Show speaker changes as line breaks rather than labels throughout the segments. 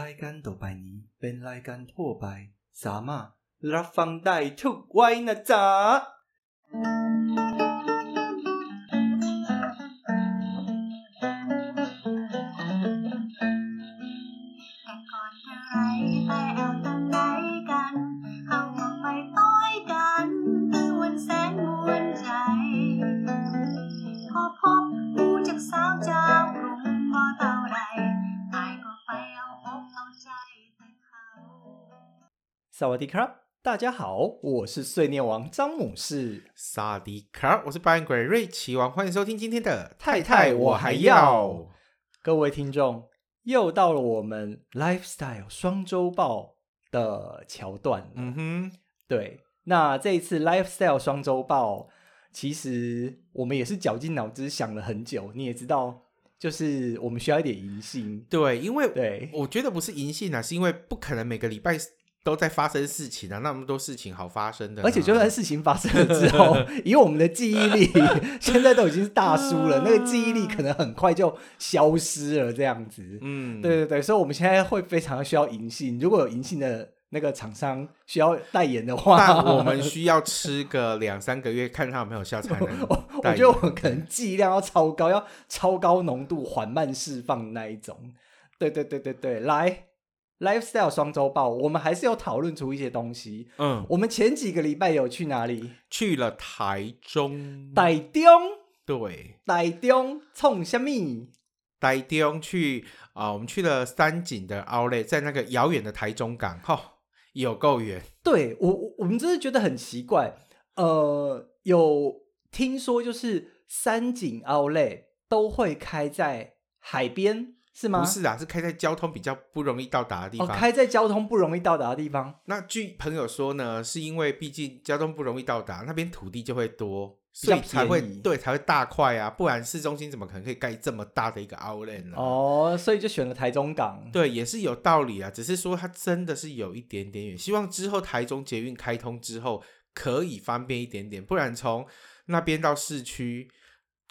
รายการต่อไปนี้เป็นรายการทั่วไป สามารถรับฟังได้ทุกวัยนะจ๊ะ
แต่ก่อนจะไรไปแอลตังไหนกัน เอาหมอกไปต้อยกันคือวันแสนมวนใจ พอพบผู้จากสาวเจ้ากรุงพอเท่าไรตายก็ไปเอาอกเอาใจแต่เขา
萨瓦迪卡，大家好，我是碎念王张姆士。
萨瓦迪卡，我是扮演鬼瑞奇王，欢迎收听今天的
太太
太
我
我
还
还
要
要。
各位听众，又到了我们 Lifestyle 双周报的桥段了。
嗯哼，
对，那这一次 Lifestyle 双周报，其实我们也是绞尽脑汁想了很久。你也知道，就是我们需要一点银杏。
对，因为
对
我觉得不是银杏啊，是因为不可能每个礼拜都在发生事情啊，那么多事情好发生的啊、
而且就算事情发生了之 后，以我们的记忆力， 现在都已经是大叔了，那个记忆力可能很快就消失了，这样子。
嗯，
对对对，所以我们现在会非常需要银杏。如果有银杏的那个厂商需要代言的话，
但我们需要吃个两三个月，看它有没有效才能
我
代
觉
言
得我可能剂量要超高，要超高浓度缓慢释放的那一种。对对对对对，来 lifestyle 双周报，我们还是有讨论出一些东西。
嗯，
我们前几个礼拜有去哪里？
去了台中，
傣中，
对，
傣中冲什么？
台中去啊、我们去了三井的 Outlet，在那个遥远的台中港，哈、有够远，
对我，我我们真的觉得很奇怪。呃，有听说就是三井奥莱都会开在海边，是吗？
不是啊，是开在交通比较不容易到达的地
哦，
方。
开在交通不容易到达的地方。
那据朋友说呢，是因为毕竟交通不容易到达，那边土地就会多，
比
所
较
以才
便
会
宜
对才会大块啊，不然市中心怎么可能可以盖这么大的一个 outlet 呢？，
哦，所以就选了台中港。
嗯对，也是有道理啊，只是说它真的是有一点点远，希望之后台中捷运开通之后可以方便一点点，不然从那边到市区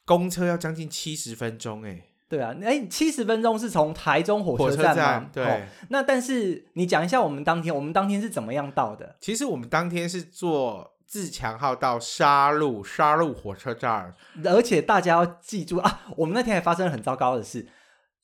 公车要将近七十分钟哎、
对啊，哎，七十分钟是从台中火
火
车
车
站吗？
站对。
哦那但是你讲一下我们当天，我们当天是怎么样到的？
其实我们当天是坐自强号到沙鹿沙鹿火车站，
而且大家要记住啊，我们那天还发生了很糟糕的事。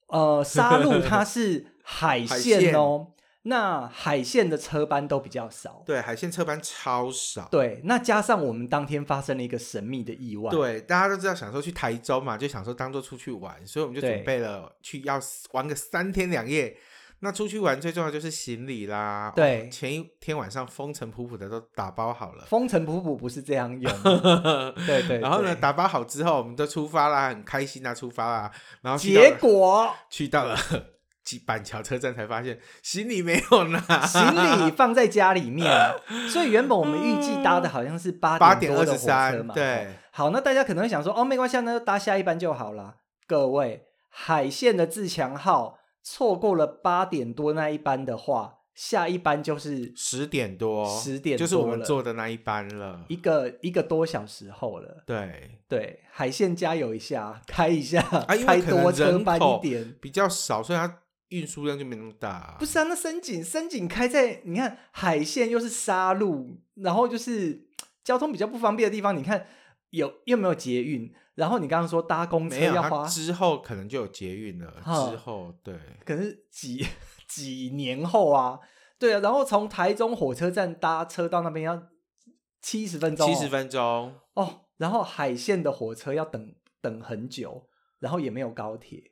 呃，沙 鹿它是海
海
线
线
哦，那海线的车班都比较少。
对，海线车班超少。
对，那加上我们当天发生了一个神秘的意外。
对，大家都知道想说去台州嘛，就想说当做出去玩，所以我们就
对
准备了去要玩个三天两夜。那出去玩最重要就是行李啦，哦
对
前一天晚上风尘仆仆的都打包好了。
风尘仆仆不是这样用的。 对对对。
然后呢，打包好之后，我们都出发啦，很开心啊，出发啦。然后去到了
结 果
去到了基板桥车站，才发现行李没有拿，
行李放在家里面，所以原本我们预计搭的好像是八
八
点
点
多
二
的
十
火车
三，
嘛。哦。
对，
好，那大家可能会想说，哦，没关系啊，那就搭下一班就好了。各位，海线的自强号错过了八点多那一班的话，下一班就是
十点多，
10点
就是我
多
们
了
坐的那一班了
一。个一个多小时后了。
对，
对，海线加油一下，开一下，
啊因为
开
可能
多车
人
班一
口
点。
比较少，所以它运输量就没那么大。
不是啊，那深井深井开在你看海线又是沙路，然后就是交通比较不方便的地方，你看有又没有捷运，然后你刚刚说搭公车
没有，
要
它
花，
之后可能就有捷运了。
哈
之后对，
可是几几年后啊，对啊，然后从台中火车站搭车到那边要七十分钟、
七十分钟，
哦，然后海线的火车要等等很久，然后也没有高铁，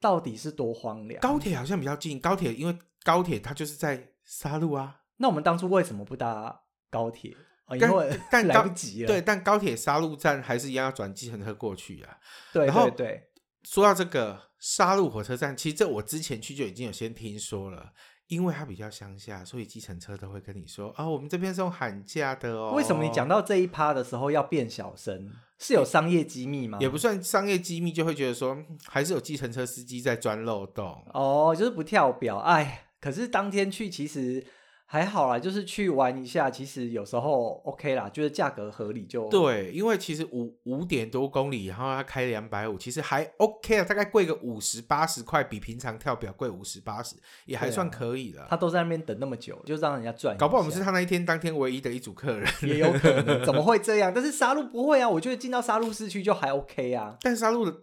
到底是多荒凉？
高铁好像比较近。高铁因为高铁它就是在沙路啊，
那我们当初为什么不搭高铁？哦、因
但
为
但
来
高
不及了，
对，但高铁沙路站还是一样要转计程车过去啊。
对
然后
对对，
说到这个沙路火车站，其实这我之前去就已经有先听说了。因为它比较乡下，所以计程车都会跟你说啊、我们这边是用喊价的哦。
为什么你讲
到
到这一趴的时候要变小声？是有商业机密吗？
哦也不算商业机密，就会觉得说嗯还是有计程车司机在钻漏洞。
哦哦，就是不跳表。哎，可是当天去其实还好啦，就是去玩一下，其实有时候 OK 啦，就是价格合理就。
对，因为其实五五点多公里，然后他开两百五，其实还 OK 啊，大概贵个五十八十块，比平常跳表贵五十八十，也还
对啊
算可以了。
他都在那边等那么久，就让人家赚一下。
搞不好我们是他那一天当天唯一的一组客人。
也有可能，怎么会这样？但是杀戮不会啊，我觉得进到杀戮市区就还 OK 啊，
但沙鹿的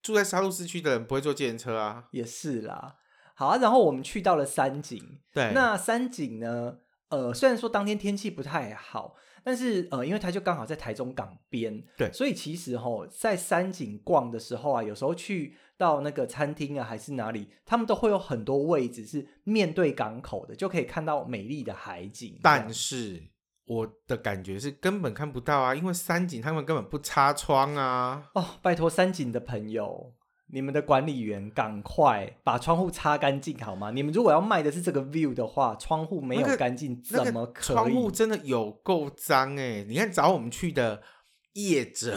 住在沙鹿市区的人不会坐计程车啊。
也是啦。好啊，然后我们去到了山景，
对，
那山景呢？呃，虽然说当天天气不太好，但是呃，因为它就刚好在台中港边，
对
所以其实哈、在山景逛的时候啊，有时候去到那个餐厅啊，还是哪里，他们都会有很多位置是面对港口的，就可以看到美丽的海景。
但是我的感觉是根本看不到啊，因为山景他们根本不擦窗啊。
哦，拜托山景的朋友，你们的管理员赶快把窗户擦干净好吗？你们如果要卖的是这个 view 的话，窗户没
那
有
个
干净、
那
怎么
个
可以？
窗户真的有够脏哎！你看找我们去的业者，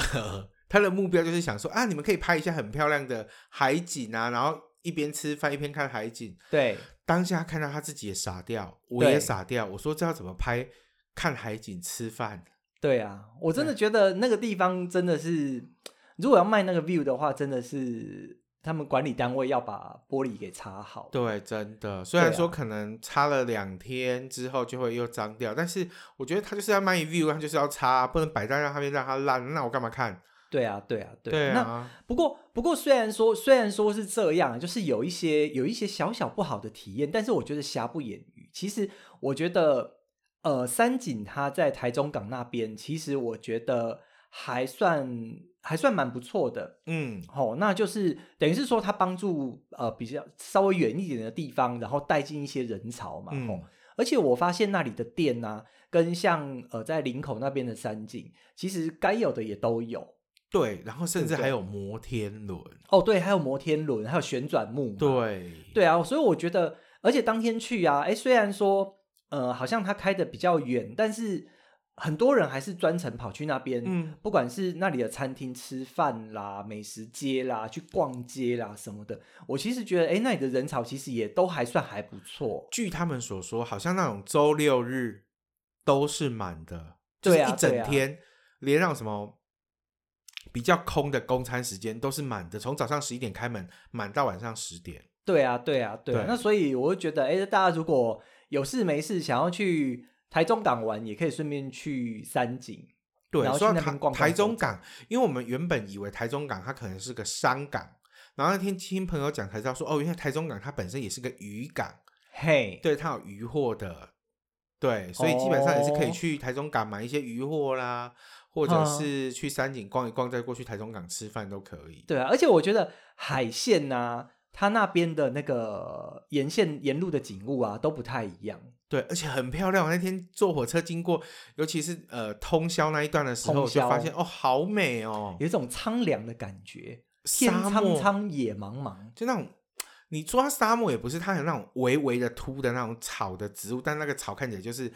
他的目标就是想说啊，你们可以拍一下很漂亮的海景啊，然后一边吃饭一边看海景。
对
当下看到他自己也傻掉，我也
对
傻掉。我说这要怎么拍？看海景吃饭，
对啊，我真的觉得那个地方真的是，如果要卖那个 view 的话，真的是他们管理单位要把玻璃给擦好。
对，真的。虽然
对啊
说可能擦了两天之后就会又脏掉，但是我觉得他就是要卖 view，他就是要擦，不能摆在那边让它烂。那我干嘛看？
对啊，对啊，对啊。
对
那
啊，
不过，不过虽然说虽然说是这样，就是有一些有一些小小不好的体验，但是我觉得瑕不掩瑜。其实我觉得，呃，三井它在台中港那边，其实我觉得还算还算蛮不错的。
嗯，
哦，那就是等于是说，它帮助呃比较稍微远一点的地方，然后带进一些人潮嘛。
嗯
哦，而且我发现那里的店呢、跟像呃在林口那边的三井，其实该有的也都有。
对。然后甚至
对不对
还有摩天轮，
哦，对，还有摩天轮，还有旋转木马。
对，
对啊，所以我觉得，而且当天去啊，哎，虽然说呃，好像他开的比较远，但是很多人还是专程跑去那边，
嗯
不管是那里的餐厅吃饭啦、美食街啦、去逛街啦什么的，我其实觉得，哎，那里的人潮其实也都还算还不错。
据他们所说，好像那种周六日都是满的，
对啊
就是一
对
整
啊
天，连那种什么比较空的公餐时间都是满的，从早上十一点开门，满到晚上十点。
对啊，对啊，对啊。
对
那所以我就觉得，哎，大家如果有事没事想要去台中港玩，也可以顺便去三井。
对
然，后
说
去
到
那
台
边逛
台
逛
中
走
港，因为我们原本以为台中港它可能是个商港，然后那天听朋友讲才知道说，哦，原来台中港它本身也是个渔港，
嘿，
对，它有渔货的，对，所以基本上也是可以
哦
去台中港买一些渔货啦，或者
啊
是去山景逛一逛，再过去台中港吃饭都可以。
对啊，而且我觉得海线呐、啊，它那边的那个沿线沿路的景物啊都不太一样。
对，而且很漂亮。我那天坐火车经过，尤其是呃通宵那一段的时候，
通
我就发
宵
现哦，好美哦，
有一种苍凉的感觉，天
沙
苍
漠
苍，野茫茫。
就那种，你说它沙漠也不是，它有那种微微的秃的那种草的植物，但那个草看起来就是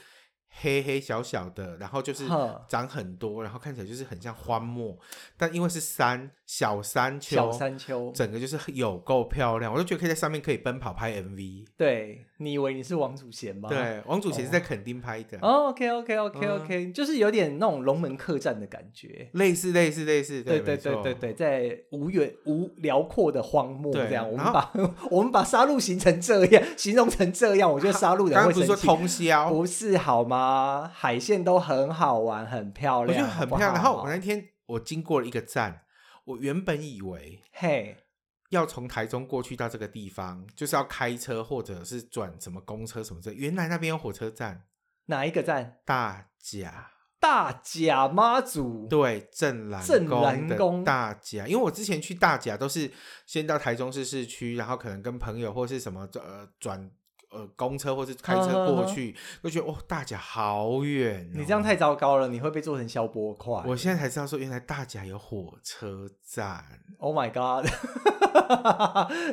黑黑小小的，然后就是
呵
长很多，然后看起来就是很像荒漠，但因为是山小山丘，
小山丘，
整个就是有够漂亮，我就觉得可以在上面可以奔跑拍 MV。
对你以为你是王祖贤吗？
对，嗯王祖贤是
哦
在垦丁拍的，
哦，OK OK OK OK，、就是有点那种龙门客栈的感觉。
类似类似类似，
对对
对没
对
错
对对，在无远无辽阔的荒漠
对
这样，我们
然后
把 我们把杀戮形成这样，形容成这样，我觉得杀戮
啊
人
刚刚
会
不是
生
说
气。
通宵，
不是好吗？海鲜都很好玩，很漂
我觉
亮，
得很漂亮。然
好不
后
好
我那天我经过了一个站，我原本以为
嘿，
要从台中过去到这个地方，就是要开车或者是转什么公车什么的。原来那边有火车站，
哪一个站？
大甲
大甲妈祖。
对正南
正
宫
南
的
宫
大甲，因为我之前去大甲都是先到台中市市区，然后可能跟朋友或是什么呃转呃公车或是开车过去，就觉得哦大甲好远、
嗯
哦
你这样太……糟糕了，你会被做成消波块。
我现在才知道说，原来大甲有火车站。
Oh my god，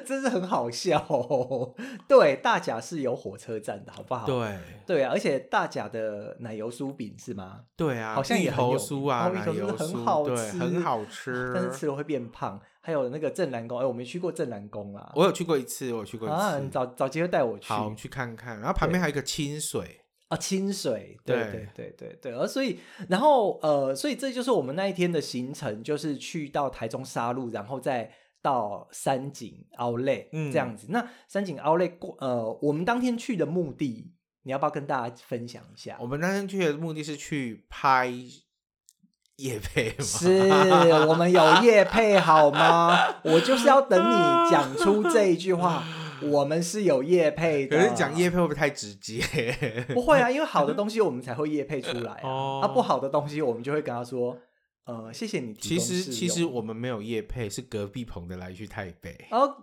真是很好笑、哦。对，大甲是有火车站的，好不好？
对
对啊，而且大甲的奶油酥饼是吗？
对啊，
好像
芋
也很
头
有
酥
名
啊，
哦芋
奶
头酥
油
很
酥
好
对，
吃
很好吃，
但是吃了会变胖。还有那个正南宫，哎，我没去过正南宫啦。
我有去过一次，我有去过一次。
啊啊，你找找机会带我去。
好，我们去看看。然后旁边还有一个清水，
啊，清水，对
对
对对对对，而所以，然后呃，所以这就是我们那一天的行程，就是去到台中沙鹿，然后再到三井奥莱
嗯
这样子。那三井奥莱过，呃，我们当天去的目的，你要不要跟大家分享一下
我？们那天去的目的是去拍夜配嘛，
是我们有业配好吗？我就是要等你讲出这一句话，我们是有业配的。
可是讲夜配会不会太直接？
不会啊，因为好的东西我们才会业配出来啊，
哦
啊不好的东西我们就会跟他说，呃，谢谢你提
其
供
实
试
其
用
实我们没有夜配，是隔壁棚的来去台北。
哦，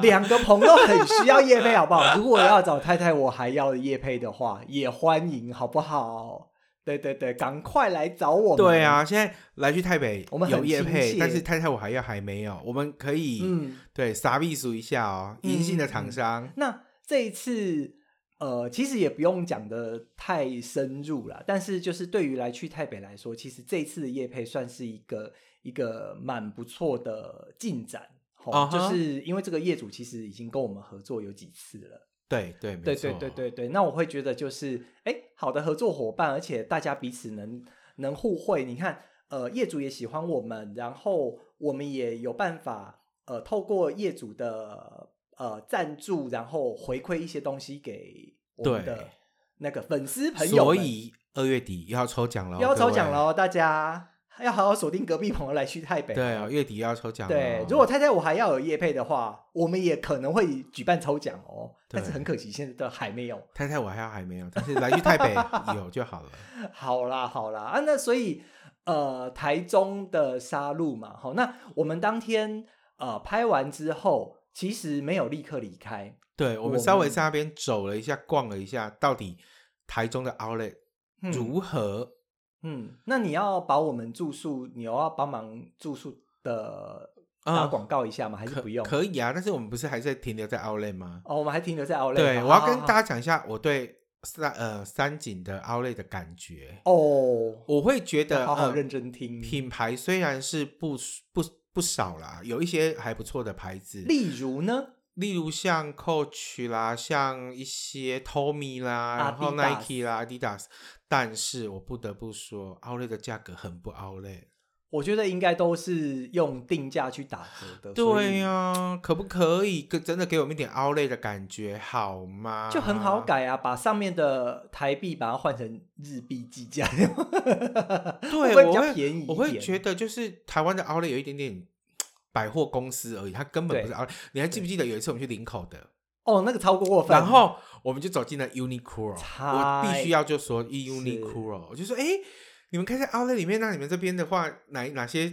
两个朋友很需要业配，好不好？如果要找太太，我还要业配的话，也欢迎，好不好？对对对，赶快来找我们。
对，啊，现在来去台北
哦我们很
有夜
亲
配，
切
但是太太我还要还没有，我们可以、
嗯，
对傻避暑一下哦，银杏的厂商。
那这一次。呃，其实也不用讲的太深入啦，但是就是对于来去台北来说，其实这一次的业配算是一个一个蛮不错的进展，吼
啊哈
就是因为这个业主其实已经跟我们合作有几次了。
对对没
对
错
对对对对，那我会觉得就是，哎，好的合作伙伴，而且大家彼此能能互惠。你看，呃，业主也喜欢我们，然后我们也有办法，呃，透过业主的呃赞助，然后回馈一些东西给我们
对
的那个粉丝朋友
所
们。
以二月底又要抽奖了，
又要抽奖
了。
喽，大家要好好锁定隔壁朋友来去台北。啊
对哦，月底又要抽哦奖咯。
对，如果太太我还要有业配的话，我们也可能会举办抽奖哦，但是
对
很可惜现在都还没有。
太太我还要还没有，但是来去台北有就 好了。
好啦，好啦啊，那所以呃，台中的杀戮嘛，好，那我们当天呃拍完之后，其实没有立刻离开，
对我
我
们
们
稍微在那边走了一下，逛了一下，到底台中的 Outlet
嗯
如何？
嗯，那你要把我们住宿，你有要帮忙住宿的
啊
打广告一下吗？还是
可
不用？
可以啊，但是我们不是还在停留在 Outlet 吗？
哦，我们还停留在奥莱，
对，
好
我要
好
跟
好
大家讲一下我对三呃三井的 Outlet 的感觉。
哦，
我会觉得
要好好
呃
认真嗯听，
品牌虽然是不不不少啦，有一些还不错的牌子，例
例如呢，
如像 Coach 啦，像一些 Tommy 啦，然后
Adidas
Nike 啦，Adidas。但是我不得不说，Outlet 的价格很不 Outlet。
我觉得应该都是用定价去打折的，所以
对呀、可不可以给真的给我们一点 Outlet 的感觉好吗？
就很好。改啊，把上面的台币把它换成日币计价，
对，
会不会
我
比
会
较便宜一点。
我会觉得就是台湾的 Outlet 有一点点百货公司而已，它根本不是 Outlet。你还记不记得有一次我们去林口的？
哦，那个超过过分。
然后我们就走进了 Uniqlo，
太
我必须要就说一
是
Uniqlo，我就说哎，诶你们看一下 Outlet 里面，那你们这边的话，哪哪些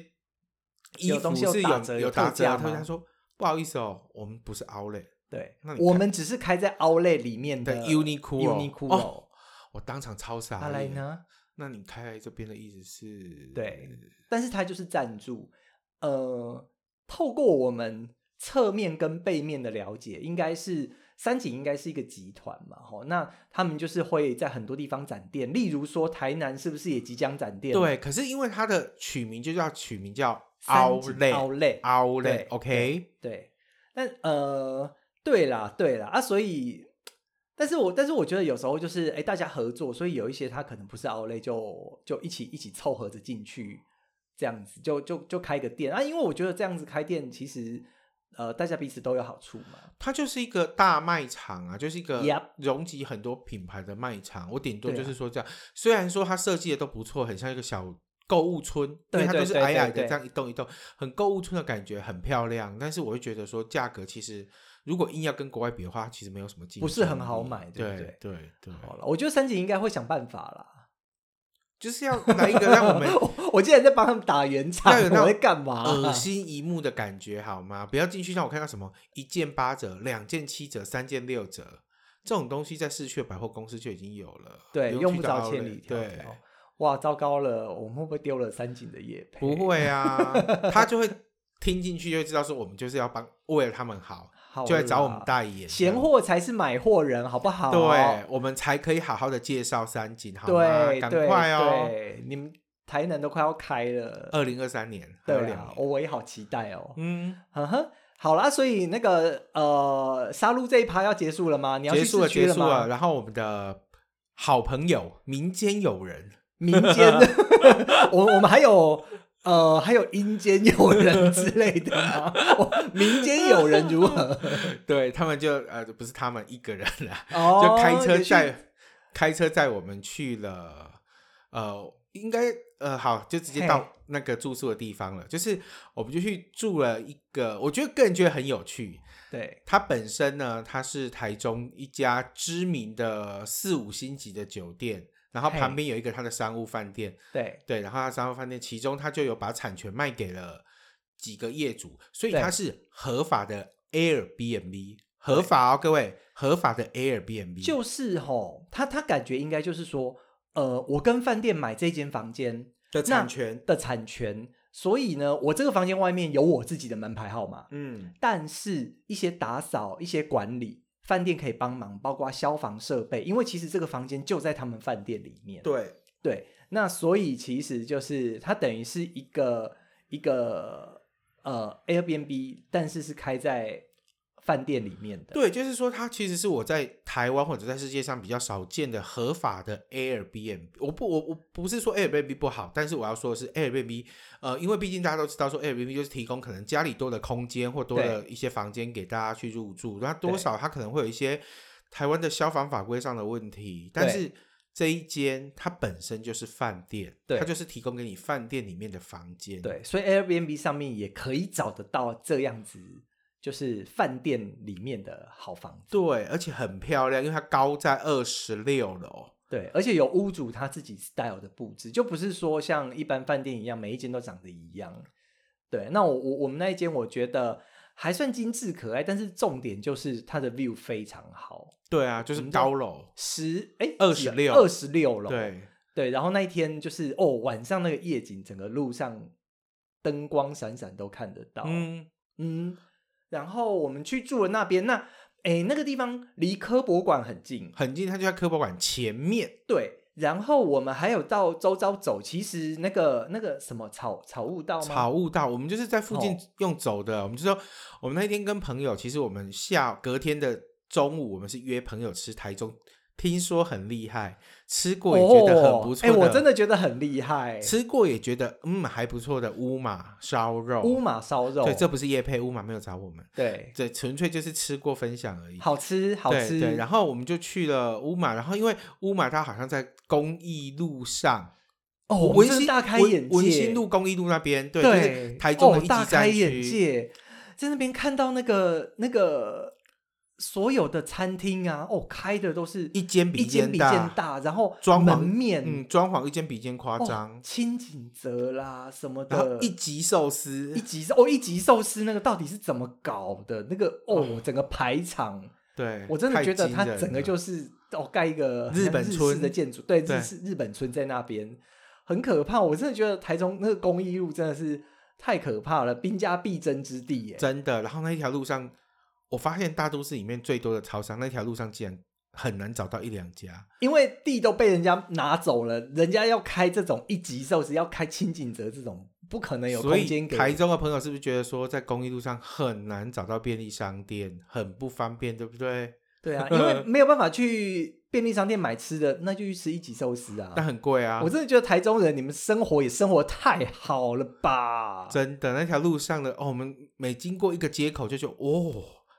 衣
有
服
东西有
是
打
有
折
有
有
打
特
折
价
的？他
吗
他说不好意思哦，我们不是 Outlet
对
那，你
我
看
们只是开在 Outlet 里面
的
的
Uniqlo，
Uniqlo
哦哎我当场超傻。
阿莱？啊呢？
那你开来这边的意思是？
对，但是它就是赞助。呃，透过我们侧面跟背面的了解，应该是三井应该是一个集团嘛，吼，那他们就是会在很多地方展店，例如说台南是不是也即将展店？
对，，可是因为它的取名就叫取名叫
三井
Outlet
Outlet
Outlet
对
OK，
对，但呃，对啦，对啦啊，所以，但是我但是我觉得有时候就是，哎，大家合作，所以有一些他可能不是 o u 就就一起一起凑合着进去，这样子就就就开个店啊，因为我觉得这样子开店其实呃，大家彼此都有好处嘛。
它就是一个大卖场啊，就是一个
Yep
容积很多品牌的卖场。我顶多
对
就
啊
是说这样，虽然说它设计的都不错，很像一个小购物村，因为
对
它都
对
是
对
矮
对
矮的
对
这样一栋一栋，很购物村的感觉，很漂亮。但是我会觉得说，价格其实如果硬要跟国外比的话，其实没有什么竞争力，
不是很好买对
对
不
对对
好了，我觉得三井应该会想办法 啦。
就是要来一个让我们
我我竟然在帮他们打圆场，
要有那种
我在干嘛、
恶心一幕的感觉好吗？不要进去让我看到什么一件八折、两件七折、三件六折这种东西，在市区的百货公司就已经有了，
对，
用
用不
去到
着千里
outlet，
迢迢
对，。
哇，糟糕了，我们会不会丢了三井的业配？
不会 啊，他就会听进去就会知道说我们就是要帮为了他们好，
好
就来找我们
啦
代言，
闲货才是买货人，好不好？
对，我们才可以好好的介绍三井，好吗？
对，
赶
对
快哦，
对，你们台南都快要开了，
二零二三年还有
对
两
啊，
年，
我也好期待哦。
嗯，
呵呵，好啦，所以那个呃，杀戮这一趴要结束了吗？你要去
结束
市
了，
区
结束
吗？
了，然后我们的好朋友、民间友人，
民 间， 我我们还有呃，还有阴间友人之类的吗？我民间友人如何？
对他们就呃不是他们一个人啦，
哦
就开车
也去
载开车载我们去了，呃，应该呃好，就直接
嘿
到那个住宿的地方了。就是我们就去住了一个，我觉得个人觉得很有趣。
对，
它本身呢，它是台中一家知名的四五星级的酒店，然后
嘿
旁边有一个它的商务饭店，
对，
对，然后它商务饭店其中它就有把产权卖给了几个业主，所以
对
它是合法的 Airbnb，合法哦，各位，合法的 Airbnb，
就是吼，他他感觉应该就是说，呃，我跟饭店买这间房间
的
那
产权，
的产权，所以呢，我这个房间外面有我自己的门牌号码，
嗯，
但是一些打扫、一些管理，饭店可以帮忙，包括消防设备，因为其实这个房间就在他们饭店里面。
对，
对，那所以其实就是它等于是一个一个呃 Airbnb，但是是开在饭店里面的。
对，就是说它其实是我在台湾或者在世界上比较少见的合法的 Airbnb。我不，我我不是说 Airbnb 不好，但是我要说的是 Airbnb，呃，因为毕竟大家都知道说 Airbnb 就是提供可能家里多的空间或多的一些房间给大家去入住，那多
对
少它可能会有一些台湾的消防法规上的问题，但
对
是。这一间它本身就是饭店，
对
它就是提供给你饭店里面的房间，
对，所以 Airbnb 上面也可以找得到这样子，就是饭店里面的好房子。
对，而且很漂亮，因为它高在二十六楼，
对，而且有屋主他自己 style 的布置，就不是说像一般饭店一样，每一间都长得一样。对，那我我我们那一间我觉得还算精致可爱，但是重点就是它的 view 非常好，
对啊，就是
我们
高
都
楼，
十哎
26
二十六楼，
对，
对，然后那一天就是哦，晚上那个夜景，整个路上灯光闪闪都看得到。
嗯，
嗯然后我们去住了那边，那诶那个地方离科博馆很近，
很近，它就在科博馆前面。
对。然后我们还有到周遭走，其实那个那个什么草草悟道吗？
草悟道，我们就是在附近
哦
用走的。我们就说，我们那一天跟朋友，其实我们下隔天的中午，我们是约朋友吃台中，听说很厉害，吃过也觉得很不错
哎、
的。
我真的觉得很厉害，
吃过也觉得嗯还不错的乌马烧肉。
乌马烧肉，
对，这不是叶配，乌马没有找我们，
对
对，纯粹就是吃过分享而已。
好吃好
对
吃，
对，然
后
后我们就去了乌马，然后因为乌马它好像在公益路上，
哦，我们
文
真
心
的大开
文
眼界，
文心路、公益路那边，对，就是
对，
台中的一
哦、
级
大开
战
眼
区。
界，在那边看到那个那个所有的餐厅啊，哦，开的都是
一间比
一间比一
大
间大，然后
装潢
门面
嗯，装潢一间比一间夸
哦
张，
清景泽啦什么
然后
的，
一级寿司
一，级哦一级寿司那个到底是怎么搞的？那个哦，整个排场，
对，
我真的
啊哎太
觉得
惊
它
人
整个
了
就是哦盖一个很
日
像
本
式
村
的建筑，对，
对
日式日本村在那边很可怕，我真的觉得台中那个公益路真的是。太可怕了，兵家必争之地耶！
真的。然后那一条路上，我发现大都市里面最多的超商，那条路上竟然很难找到一两家。
因为地都被人家拿走了，人家要开这种一级寿司，要开清景泽这种，不可能有
所
空
以
间给。
台中的朋友是不是觉得说，在公益路上很难找到便利商店，很不方便，对不对？
对 啊，因为没有办法去便利商店买吃的，那就去吃一级寿司啊。
但很贵啊
我。真的觉得台中人，你们生活也生活太好了吧？
真的，那条路上的哦，我们每经过一个街口就觉得哦，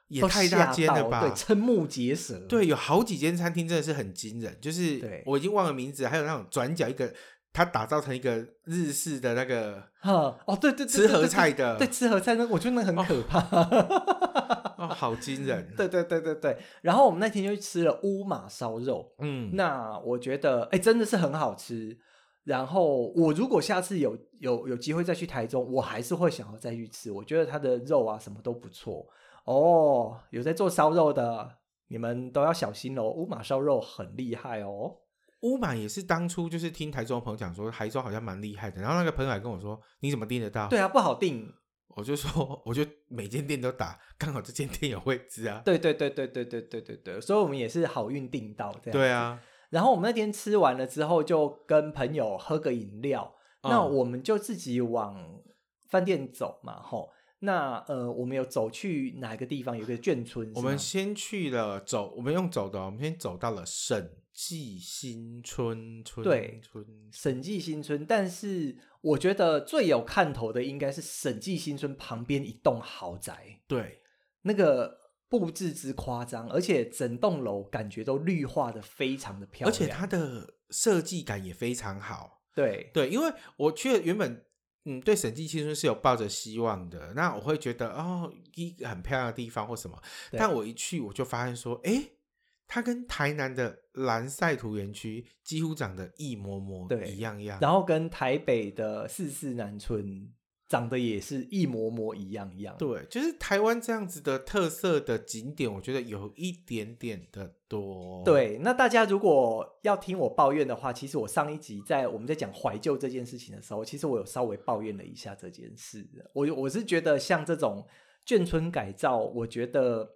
也
都
太大
吓
间了
到
吧
对，？瞠目结舌。
对，有好几间餐厅真的是很惊人，就是
对
我已经忘了名字，还有那种转角一个，它打造成一个日式的那个
呵，哦，对对对，对
吃合菜，的，
对对对吃合菜那个我觉得那个很可怕。
哦，好惊人，
对对对对对。然后我们那天就去吃了乌马烧肉，
嗯，
那我觉得，哎、真的是很好吃。然后我如果下次有有有机会再去台中，我还是会想要再去吃。我觉得它的肉啊什么都不错哦。有在做烧肉的，你们都要小心哦。乌马烧肉很厉害哦。
乌马也是当初就是听台中的朋友讲说，台中好像蛮厉害的，然后那个朋友还跟我说，你怎么订得到？
对啊，不好定。
我就说，我就每间店都打，刚好这间店有位置啊，
对对对对对对对对对，所以我们也是好运定到这样。
对。啊，
然后我们那天吃完了之后，就跟朋友喝个饮料。那
嗯
我们就自己往饭店走嘛，吼。那呃，我们有走去哪个地方？有个眷村是吗，
我们先去了走，我们用走的哦，我们先走到了省记新春春
对
春，
审计新村，但是我觉得最有看头的应该是审计新村旁边一栋豪宅，
对
那个布置之夸张，而且整栋楼感觉都绿化的非常的漂
而
亮，
且它的设计感也非常好。
对
对，因为我确原本嗯对审计青春是有抱着希望的，那我会觉得哦一个很漂亮的地方或什么，
对
但我一去我就发现说，诶，它跟台南的蓝晒图园区几乎长得一模模
对
一样样，
然后跟台北的四四南村长得也是一模模一样一样，
对，就是台湾这样子的特色的景点，我觉得有一点点的多，
对，那大家如果要听我抱怨的话，其实我上一集在我们在讲怀旧这件事情的时候，其实我有稍微抱怨了一下这件事。我我是觉得像这种眷村改造，我觉得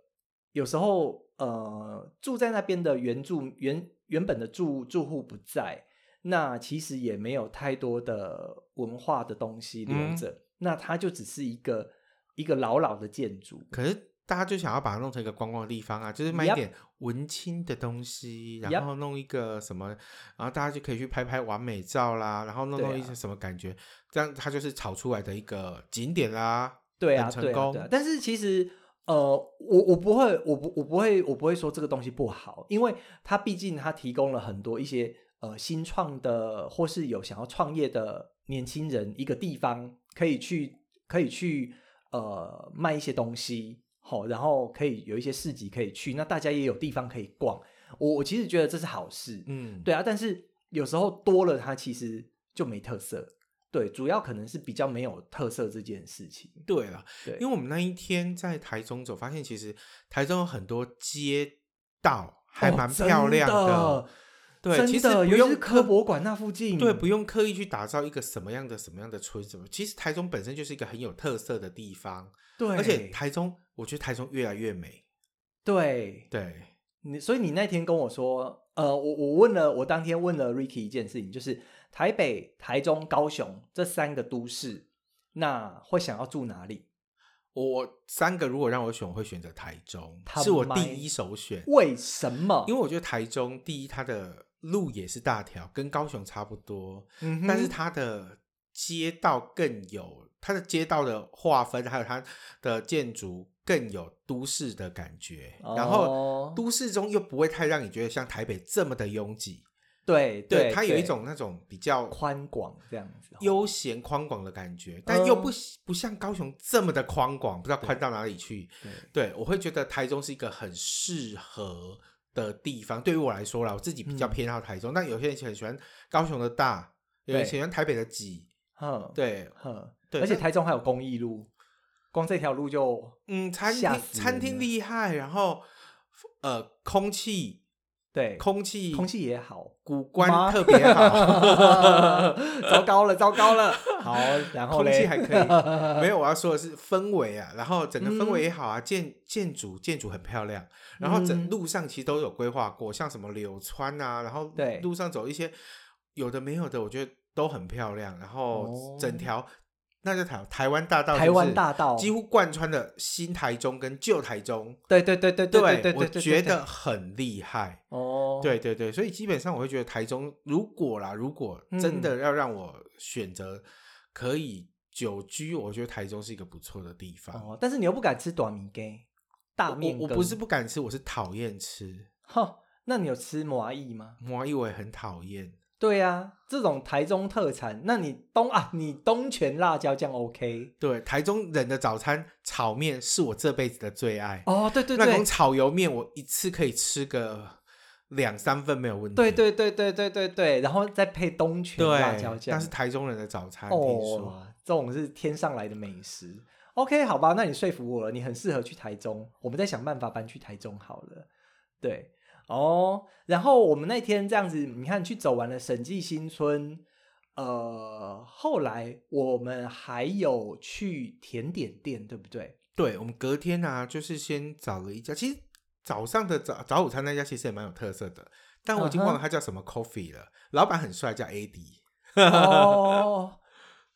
有时候呃住在那边的原住原原本的住住户不在，那其实也没有太多的文化的东西留
嗯
着，那它就只是一个一个老老的建筑。
可是。大家就想要把它弄成一个观光的地方啊，就是卖一
Yup
点文青的东西
Yup
然后弄一个什么，然后大家就可以去拍拍完美照啦，然后弄
对啊
弄一些什么感觉，这样它就是炒出来的一个景点啦。
对
很
啊，
成
对啊，
功
对啊。但是其实，呃，我我不会，我不我不会，我不会说这个东西不好，因为它毕竟它提供了很多一些呃新创的或是有想要创业的年轻人一个地方可以去，可以去呃卖一些东西，好、然后可以有一些市集可以去，那大家也有地方可以逛。我我其实觉得这是好事，
嗯，
对啊，但是有时候多了它其实就没特色。对，主要可能是比较没有特色这件事情。
对了，
对，
因为我们那一天在台中走，发现其实台中有很多街道还蛮漂亮
哦真
对，
哦真
其实
的
不
尤其
用
是科博馆那附近，
对，不用刻意去打造一个什么样的什么样的村什么。其实台中本身就是一个很有特色的地方，
对，
而且台中，我觉得台中越来越美。
对
对，
你，所以你那天跟我说，呃，我我问了，我当天问了 Ricky 一件事情，就是台北、台中、高雄这三个都市，那会想要住哪里？
我三个如果让我选，我会选择台中
他，
是我第
妈
一首选。
为什么？
因
为
为我觉得台中第一，它的路也是大条，跟高雄差不多，
嗯哼
但是它的街道更有它的街道的划分，还有它的建筑更有都市的感觉。然
哦
后都市中又不会太让你觉得像台北这么的拥挤，
对对，
它有
对
一种那种比较
宽广这样子，
悠闲宽广的感觉，但又
嗯
不、不像高雄这么的宽广，不知道宽到哪里去。
对
对，我会觉得台中是一个很适合的地方。对于我来说啦，我自己比较
嗯
偏好台中，但有些人很喜欢高雄的大，有人
对
喜欢台北的挤。
哼，
对，
哼，
对
而且
那
台中还有公益路，光这条路就
嗯，餐
吓
厅
死
餐
人
厅
了
厉害，然后呃，空气
对，
空气
空气也好，
古
吗
观特别好。
糟糕了，糟糕了。好，然后
空
嘞，
气还可 以，没有，我要说的是氛围啊，然后整个氛
嗯
围也好啊，建建筑建筑很漂亮，然后
嗯
整路上其实都有规划过，像什么柳川啊，然后
对
路上走一些有的没有的，我觉得都很漂亮，
哦
然后整条、那就台台湾大道就是，
台湾大道
几乎贯穿了新台中跟旧台中，
对对对对对对对对，
我
对
觉
对
得很厉害。
哦，
对对对，所以基本上我会觉得台中，如果啦，如果真
嗯
的要让我选择可以久居，我觉得台中是一个不错的地方。
哦，但是你又不敢吃短米羹，大面
我我
羹
不是，不敢吃，我是讨厌吃。
哼，那你有吃麻薏吗？
麻薏我也很讨厌，
对啊，这种台中特产，那你东啊，你东泉辣椒酱 OK？
对台中人的早餐炒面是我这辈子的最爱。
哦，对对
那
对
种，炒油面，我一次可以吃个两三份没有问题。
对对对对对对对，然后再配东泉
对，
辣椒酱，
那是台中人的早餐，听说。
哦，这种是天上来的美食。OK，好吧，那你说服我了，你很适合去台中，我们再想办法搬去台中好了。对，哦，然后我们那天这样子，你看去走完了审计新村，呃，后来我们还有去甜点店，对不对？
对，我们隔天呢、就是先找了一家，其实早上的早早午餐那家其实也蛮有特色的，但我已经忘
嗯
了它叫什么 coffee 了。老板很帅，叫 AD。
哦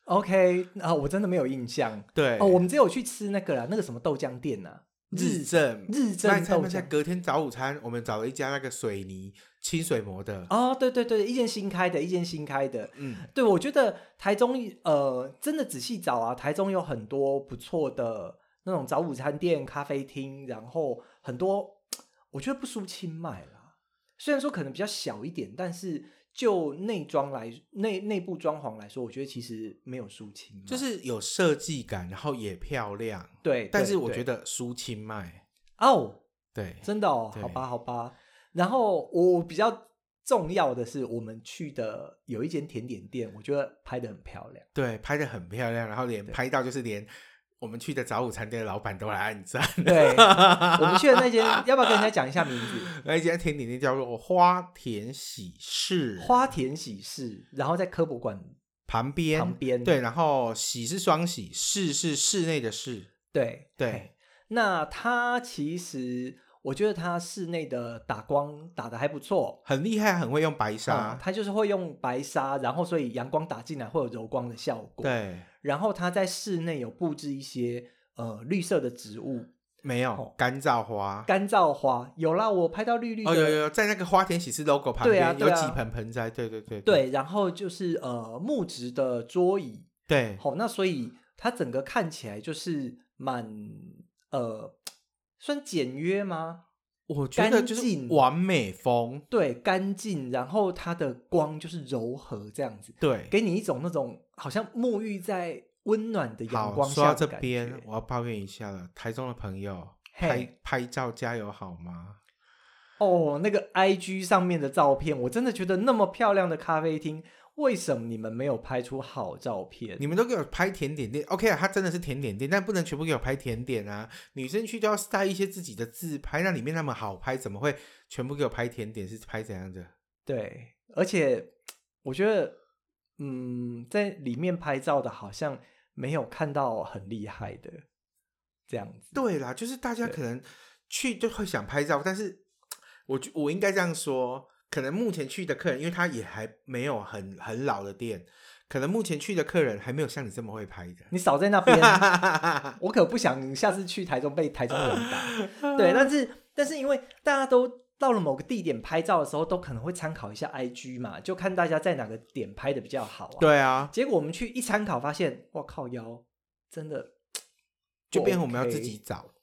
，OK，啊，我真的没有印象。
对，
哦，我们只有去吃那个啦，那个什么豆浆店呐、
日正
日
那
正
你猜
豆
不猜？
浆。
隔天早午餐，我们找了一家那个水泥清水模的，
哦，对对对，一间新开的，一间新开的。
嗯，
对，我觉得台中呃，真的仔细找啊，台中有很多不错的那种早午餐店、咖啡厅，然后很多我觉得不输清迈啦。虽然说可能比较小一点，但是就内装来内内部装潢来说，我觉得其实没有输清迈。
就是有设计感，然后也漂亮，
嗯对，
但
对
是我
对
觉得苏清迈，
哦，
对，
真的哦，
对
好吧，好吧。然后我比较重要的是，我们去的有一间甜点店，我觉得拍的很漂亮。
对，拍的很漂亮，然后连拍到就是连我们去的早午餐店的老板都来按赞。
对，我们去的那间，要不要跟人家讲一下名字？
那一家哎甜点店叫做花田喜事，
花田喜事，然后在科博馆
旁边
旁边
对，然后喜是双喜，室是室内的室，
对
对，
那它其实我觉得它室内的打光打的还不错。
很厉害，很会用白
啊、
沙，
它就是会用白纱，然后所以阳光打进来会有柔光的效果。，
对，
然后它在室内有布置一些呃绿色的植物，
没有
哦
干燥花。
干燥花有啦，我拍到绿绿的，
哦，有有有，在那个花田喜事 logo 旁
对
边、
啊
有
对啊
几盆盆栽，对对对
对，然后就是呃木质的桌椅，
对，
好、那所以它整个看起来就是蛮呃算简约吗？
我觉得
干
就是
净
完美风，
对，干净，然后它的光就是柔和这样子，
对，
给你一种那种好像沐浴在温暖的阳光
好，
下
说到
的
这
感
边，
觉。
我要抱怨一下了，台中的朋友
嘿
拍拍照加油好吗？
哦，那个 I G 上面的照片，我真的觉得那么漂亮的咖啡厅，为什么你们没有拍出好照片？
你们都给我拍甜点店，OK 啊，它真的是甜点店，但不能全部给我拍甜点啊。女生去都要带一些自己的自拍，那里面那么好拍，怎么会全部给我拍甜点？是拍怎样的？
对，而且我觉得，嗯，在里面拍照的好像没有看到很厉害的这样子。
对啦，就是大家
对
可能去就会想拍照，但是我觉我应该这样说，可能目前去的客人，因为他也还没有很很老的店，可能目前去的客人还没有像你这么会拍的。
你少在那边，我可不想下次去台中被台中人 打。对，但是但是因为大家都到了某个地点拍照的时候，都可能会参考一下 IG 嘛，就看大家在哪个点拍的比较好啊。，
对啊，
结果我们去一参考发现，哇靠腰，真的
就
不
变成我们要自
OK
己找。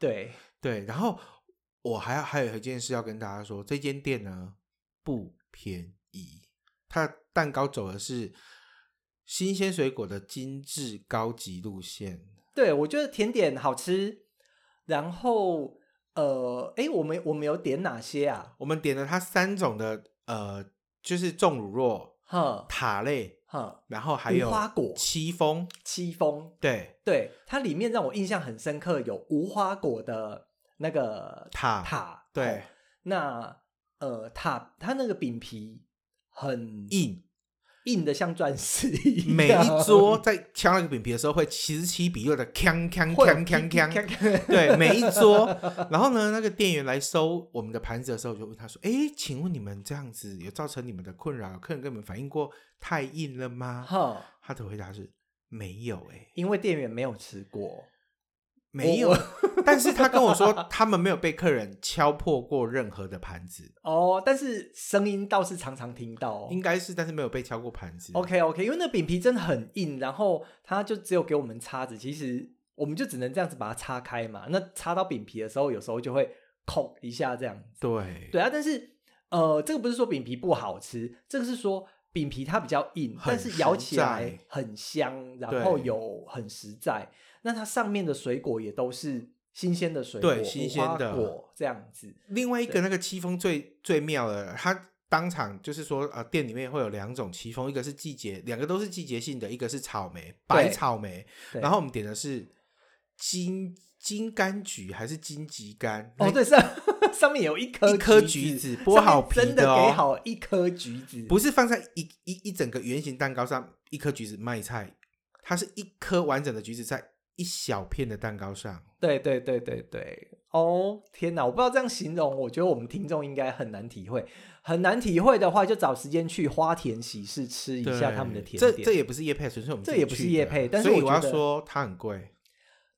对
对，然后我还要还有一件事要跟大家说，这间店呢不便宜，它的蛋糕走的是新鲜水果的精致高级路线。
对，我觉得甜点好吃。然后，呃，哎，我们我们有点哪些啊？
我们点了它三种的呃，就是重乳酪、
哈
塔类，
哈，
然后还
无
有
花果
戚风，
戚风，
对，
对，它里面让我印象很深刻，有无花果的那个
塔
塔，
对
哦那呃塔它那个饼皮很
硬，
硬的，像钻石一样。
每一桌在敲那个饼皮的时候会七十七比六的锵锵
会有
锵锵锵。
锵，
对，每一桌。然后呢，那个店员来收我们的盘子的时候，我就问他说：“哎，请问你们这样子有造成你们的困扰？有客人跟你们反映过太硬了吗
哈，？”
他的回答是：“没有、哎，
因为店员没有吃过，
没有
我。
但是他跟我说，他们没有被客人敲破过任何的盘子，
哦，但是声音倒是常常听 到哦，
应该是，但是没有被敲过盘子。
OK OK，因为那饼皮真的很硬，然后它就只有给我们叉子，其实我们就只能这样子把它叉开嘛。那叉到饼皮的时候，有时候就会扣一下这样。
对，
对啊，但是呃，这个不是说饼皮不好吃，这个是说饼皮它比较硬，
很
但是咬起
实
来
在
很香，然后
对
有很实在。那它上面的水果也都是新鲜的水果，
对新
无
鲜
花
的
果这样子。
另外一个那个戚风最最妙的，他当场就是说，呃，店里面会有两种戚风，一个是季节，两个都是季节性的，一个是草莓，白草莓。
对
然后我们点的是金金柑橘还是金桔柑？
哦，对，上 上面有一颗
哎一颗橘
橘
子剥
上面
好皮
真
的
的
哦
给好一颗橘子，
不是放在一一一整个圆形蛋糕上，一颗橘子卖菜，它是一颗完整的橘子在一小片的蛋糕上。
对对对对对，哦，天哪，我不知道这样形容，我觉得我们听众应该很难体会，很难体会的话，就找时间去花田喜事吃一下
对
他们的甜
这
点，
这也不是叶配，纯粹我们
这
自己
也不是
去的
业配但是
所以
我
我要
觉得
说它很贵。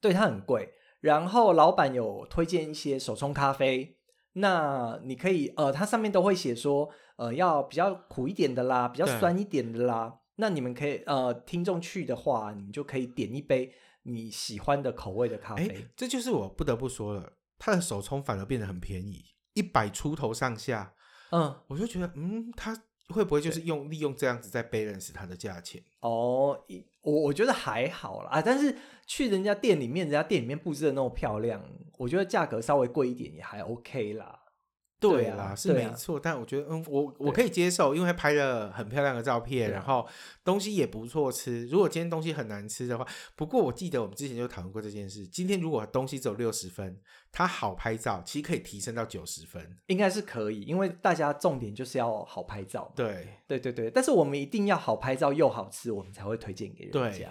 对它很贵。然后老板有推荐一些手冲咖啡，那你可以呃，它上面都会写说呃要比较苦一点的啦，比较
对
酸一点的啦。那你们可以呃，听众去的话，你们就可以点一杯你喜欢的口味的咖
哎、
啡。
这就是我不得不说了，它的手冲反而变得很便宜，一百出头上下，
嗯，
我就觉得，嗯，它会不会就是用利用这样子在 balance 它的价钱？
哦，一我我觉得还好啦，啊但是去人家店里面，人家店里面布置的那么漂亮，我觉得价格稍微贵一点也还 OK 啦。对啊
啦，是
对
没
啊
错，但我觉得，嗯，我我
对
可以接受，因为拍了很漂亮的照片，
对啊
然后东西也不错吃。如果今天东西很难吃的话，不过我记得我们之前就讨论过这件事。今天如果东西只有六十分，它好拍照，其实可以提升到九十分。
应该是可以，因为大家重点就是要好拍照嘛。
对，
对对对，但是我们一定要好拍照又好吃，我们才会推荐给人
对
家。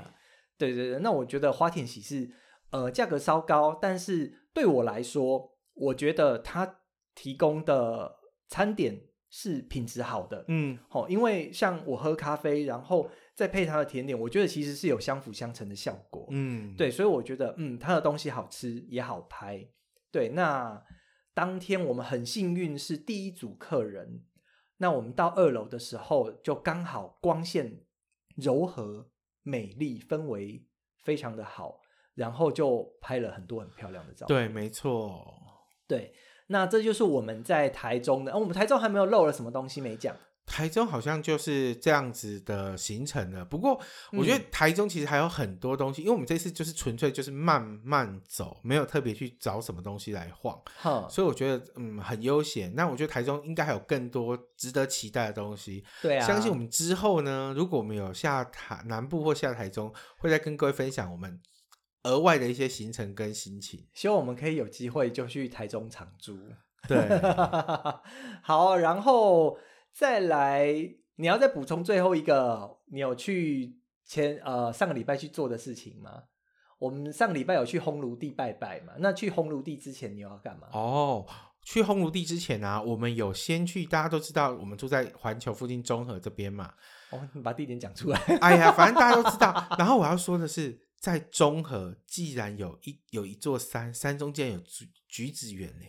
对对对，那我觉得花田喜是呃价格稍高，但是对我来说，我觉得它提供的餐点是品质好的。
嗯，
好、因为像我喝咖啡，然后再配它的甜点，我觉得其实是有相辅相成的效果。
嗯，
哦对，所以我觉得，嗯，它的东西好吃也好拍。对，那当天我们很幸运是第一组客人，那我们到二楼的时候，就刚好光线柔和、美丽，氛围非常的好，然后就拍了很多很漂亮的照片。
对，没错。
对，那这就是我们在台中的，哦我们台中还没有漏了什么东西没讲。
台中好像就是这样子的行程了。不过我觉得
嗯
台中其实还有很多东西，因为我们这次就是纯粹就是慢慢走，没有特别去找什么东西来晃。
哈，
所以我觉得，嗯，很悠闲。那我觉得台中应该还有更多值得期待的东西。
对啊，
相信我们之后呢，如果我们有下台南部或下台中，会再跟各位分享我们额外的一些行程跟心情。
希望我们可以有机会就去台中长租。
对，
好，然后再来，你要再补充最后一个，你有去前呃上个礼拜去做的事情吗？我们上个礼拜有去烘炉地拜拜嘛？那去烘炉地之前你有要干嘛？
哦，去烘炉地之前啊，我们有先去，大家都知道，我们住在环球附近中和这边嘛。
哦，你把地点讲出来。
哎呀，反正大家都知道。然后我要说的是，在中和既然有一有一座山，山中竟然有橘橘子园呢、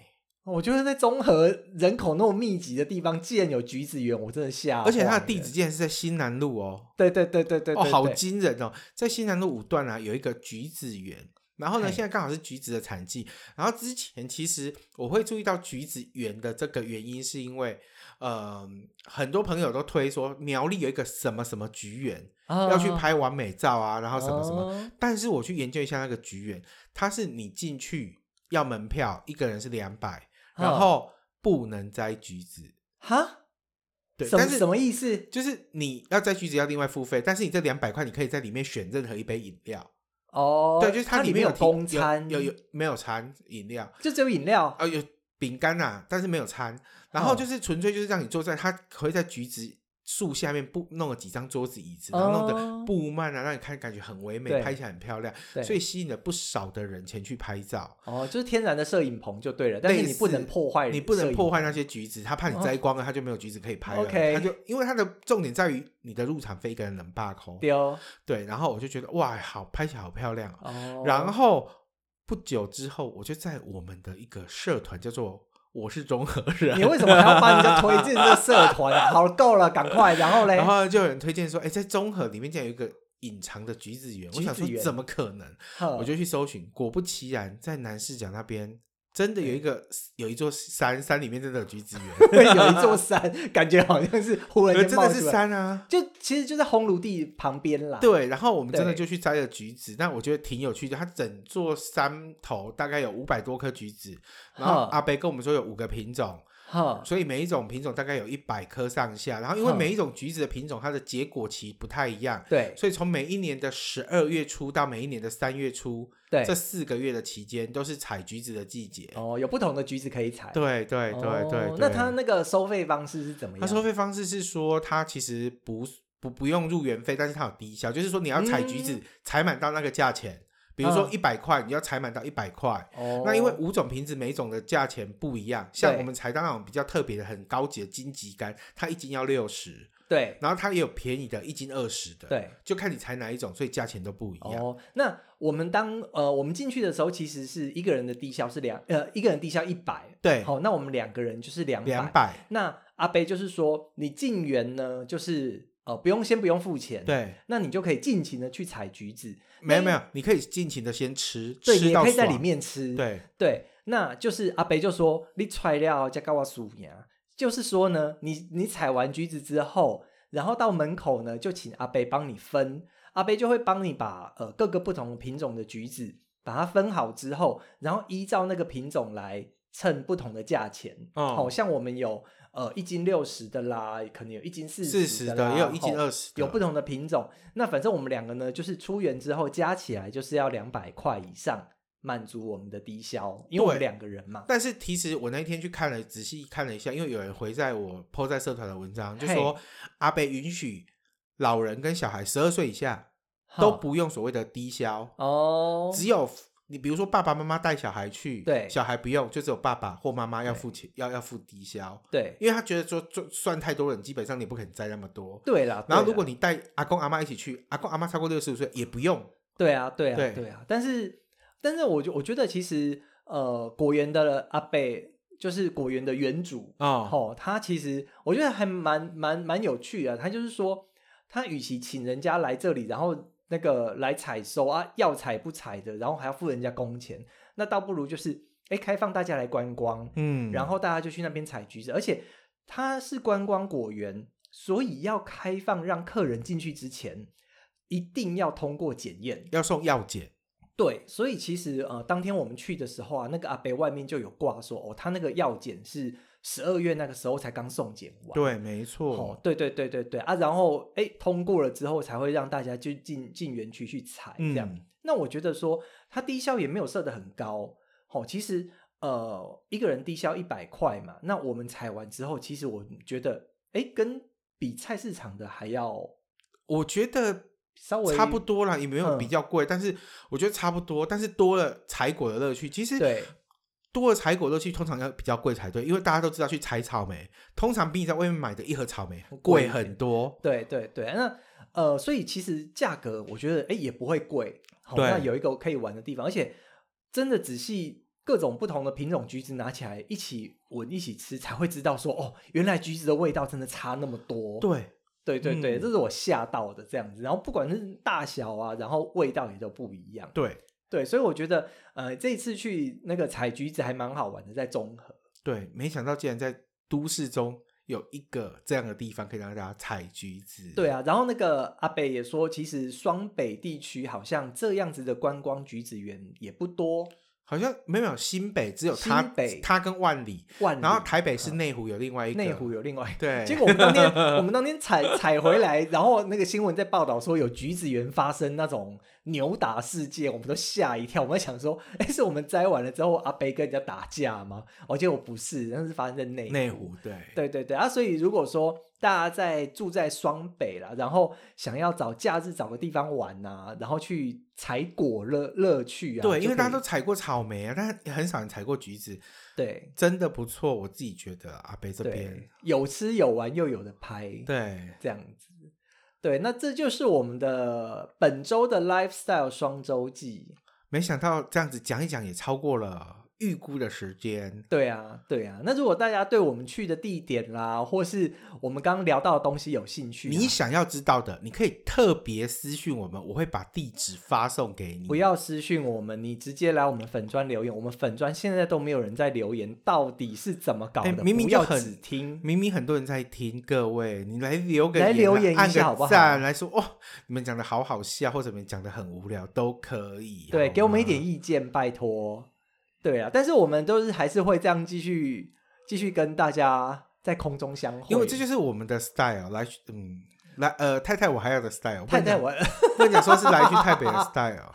我觉得在综合人口那么密集的地方，既然有橘子园，我真的吓坏了。
而且它的地址竟然是在新南路哦。
对，对对啊对对对
哦，好
对
惊人哦！在新南路五段啊，有一个橘子园。然后呢，
嘿
现在刚好是橘子的产季。然后之前其实我会注意到橘子园的这个原因，是因为，呃，很多朋友都推说苗栗有一个什么什么橘园，
啊
要去拍完美照啊，然后什么什么。
哦
但是我去研究一下那个橘园，它是你进去要门票，一个人是两百，
嗯
然后不能摘橘子。
哈，
对，
什么
但是
什么意思？
就是你要摘橘子要另外付费，但是你这两百块你可以在里面选任何一杯饮料。
哦，
对，就是
它
里
面
面有
有
提
公餐，
有有有没有餐饮料
就只有饮料
啊、。有饼干啊，但是没有餐。然
嗯
后就是纯粹就是让你坐在它可以在橘子树下面布弄了几张桌子椅子，然后弄
哦
得布幔啊，让你看感觉很唯美，
对
拍起来很漂亮，
对
所以吸引了不少的人前去拍照。
哦，就是天然的摄影棚就对了，但是
类
你不
似
能破坏，
你不能破坏那。些橘子，他怕你摘光了，他就没有橘子可以拍了。
哦 OK
他就因为他的重点在于你的入场费一个人能罢扣。
丢哦，
对，然后我就觉得哇，好拍起来好漂亮哦。
哦
然后不久之后，我就在我们的一个社团叫做“我是中和人”，
你为什么还要帮人家推 荐这社团啊？好，够了，赶快。然后嘞，
然后就有人推荐说，哎，在中和里面竟然有一个隐藏的橘子园，我
橘
想
子
说
园
怎么可能？
呵
我就去搜寻，果不其然，在南市角那边真的有一个有一座山，山里面真的有橘子 园，
有一座山， 感觉好像是忽然
呃
间
真
冒
的
出
是
来，
山啊。
就其实就在烘炉地旁边啦。
对，然后我们真的
对
就去摘了橘子，但我觉得挺有趣的。它整座山头大概有五百多棵橘子，然后
哼
阿北跟我们说有五个品种，
呵，
所以每一种品种大概有一百颗上下，然后因为
嗯
每一种橘子的品种，它的结果期不太一样，
对
所以从每一年的十二月初到每一年的三月初，
对
这，四个月的期间都是采橘子的季节。
哦，有不同的橘子可以采。
对对对
哦
对对。
那他那个收费方式是怎么样？
他收费方式是说，他其实不不不用入园费，但是他有低消，就是说你要采橘子
嗯
采满到那个价钱，比如说
嗯
一百块，你要采满到一百块。
哦，
那因为五种瓶子每种的价钱不一样，像
对
我们采到那种比较特别的、很高级的金桔柑，它一斤要六十，
对
然后它也有便宜的，一斤二十的，，
对。
就看你采哪一种，所以价钱都不一样。
哦，那我们当呃我们进去的时候，其实是一个人的低消是两呃一个人低消一百，
对，
好，那我们两个人就是两
两百，
那阿贝就是说，你进园呢，就是呃不用先不用付钱，，
对，
那你就可以尽情的去采橘子，
没有没有，你可以尽情的先吃，
对，你
吃
也
到
可以在里
爽，
面吃，
对，
对，那就是阿北就说你采料加高瓦苏呀，就是说呢，你你采完橘子之后，然后到门口呢，就请阿北帮你分，阿北就会帮你把呃各个不同品种的橘子把它分好之后，然后依照那个品种来称不同的价钱。
哦
好、像我们有呃一斤六十的啦，可能有一斤四
四十
的啦，
的也有一斤
吼
二十，
有不同的品种。那反正我们两个呢，就是出园之后加起来就是要两百块以上，满足我们的低消，因为我们
对
两个人嘛。
但是其实我那一天去看了，仔细看了一下，因为有人回在我 PO 在社团的文章，就
嘿
说阿北允许老人跟小孩十二岁以下都
哈
不用所谓的低消，
哦，
只有你比如说爸爸妈妈带小孩去，
对
小孩不用，就只有爸爸或妈妈要付钱，要要付低消，
对
因为他觉得说就算太多人，基本上你不可能再那么多。
对啊啦。
然后
对
如果
啦
你带阿公阿妈一起去，阿公阿妈超过六十五岁也不用，
对啊对啊
对
对啊，但是但是我觉我觉得其实呃果园的阿贝就是果园的园主
哦
哦，他其实我觉得还蛮蛮蛮有趣啊的。他就是说，他与其请人家来这里，然后那个来采收啊，要采不采的，然后还要付人家工钱，那倒不如就是哎开放大家来观光，
嗯
然后大家就去那边采橘子，而且它是观光果园，所以要开放让客人进去之前，一定要通过检验。
要送药检，
对，所以其实呃，当天我们去的时候啊，那个阿伯外面就有挂说，哦，他那个药检是十二月那个时候才刚送检完。。
对，没
哦
错，，
对对对对对啊，然后哎，通过了之后才会让大家就进进园区去采这样。
嗯
那我觉得说它低消也没有设得很高，哦，其实呃一个人低消一百块嘛，那我们采完之后，其实我觉得哎跟比菜市场的还要
我觉得
稍微
差不多啦，也没有
嗯
比较贵，但是我觉得差不多，但是多了采果的乐趣。其实
对
多了采果乐趣，通常要比较贵才对，因为大家都知道去采草莓，通常比你在外面买的一盒草莓
贵一
贵
点
很多。
对对对，那呃，所以其实价格我觉得哎也不会贵，好、
对
那有一个可以玩的地方，而且真的仔细各种不同的品种橘子拿起来一起闻一起吃，才会知道说哦，原来橘子的味道真的差那么多。
对，
对对对，
嗯
这是我吓到的这样子。然后不管是大小啊，然后味道也都不一样。
对，
对，所以我觉得呃这一次去那个采橘子还蛮好玩的，在中和。
对，没想到竟然在都市中有一个这样的地方可以让大家采橘子。
对，啊，然后那个阿北也说，其实双北地区好像这样子的观光橘子园也不多，
好像没有没有新北只有它
新北
它跟万里，
万里嗯
然后台北是内湖有另外一个
内湖有另外一个。
对，
结果我们当天 我们当天采采回来，然后那个新闻在报道说有橘子园发生那种扭打事件，我们都吓一跳。我们在想说，哎，是我们摘完了之后阿北跟人家打架吗？哦，结果不是，那是发生在内
内湖对
对对对啊，所以如果说大家在住在双北啦，然后想要找假日找个地方玩呐、然后去采果乐乐趣啊，
对，
就
因为
可
大家
以
都采过草莓啊，但很少人采过橘子，
对
真的不错，我自己觉得阿北这边
对有吃有玩又有的拍，
对
这样子。对，那这就是我们的本周的 lifestyle 双周记。
没想到这样子讲一讲也超过了预估的时间。
对啊，对啊。那如果大家对我们去的地点啦，或是我们刚刚聊到的东西有兴趣啊、
你想要知道的，你可以特别私讯我们，我会把地址发送给你。
不要私讯我们，你直接来我们粉砖留言。我们粉砖现在都没有人在留言，到底是怎么搞的？
哎明明
不
就
要
很
只听，
明明很多人在听，各位，你来留个
来留言
言啊
一
按
下
个
好不好
赞，来说哦，你们讲的好好笑，或者你们讲的很无聊都可以。
对，
好
给我们一点
吗
意见，拜托。对啊，但是我们都是还是会这样继续继续跟大家在空中相会，
因为这就是我们的 style。来，嗯，来，呃，太太我还要的 style，
太太我，
不能讲说是来去台北的 style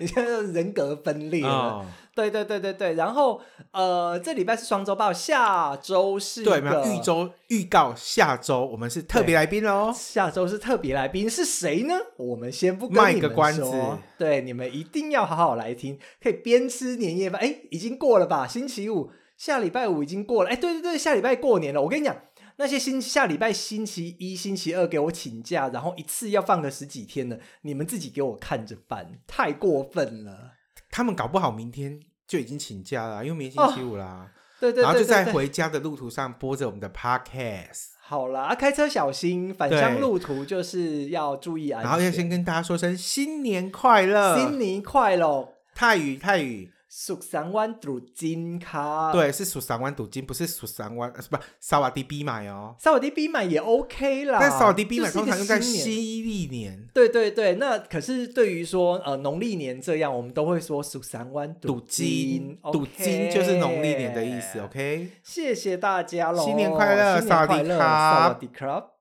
你现在就是人格分裂了。
哦
对对对对对，然后呃，这礼拜是双周报，下周是
对，
一
没有
个
预周预告下周我们是特别来宾哦。
下周是特别来宾是谁呢？我们先不跟
卖
你
个
们
关子
说，对，你们一定要好好来听，可以边吃年夜饭。哎，已经过了吧？星期五，下礼拜五已经过了。哎，对对对，下礼拜过年了。我跟你讲，那些星下礼拜星期一、星期二给我请假，然后一次要放个十几天的，你们自己给我看着办，太过分了。
他们搞不好明天就已经请假了，因为明天星期五啦，
对对对对对
然后就在回家的路途上播着我们的 podcast。
好啦，啊开车小心，返乡路途就是要注意安全。
然后要先呃跟大家说声新年快乐，
新年快乐，
泰语泰语，
蜀山湾堵金卡。，
对，是数三湾赌金，不是数三湾，呃不萨瓦迪比买哦。
萨瓦迪比买也 OK 啦，
但萨瓦迪比买
就是一个
通常用在
新年
西历年，
对对对，那可是对于说呃农历年这样，我们都会说蜀山湾
赌
赌
金，赌
赌
金就是农历年的意思。OK，
谢谢大家喽，
新年快乐
新年快
萨
乐，
瓦迪卡
萨瓦迪卡。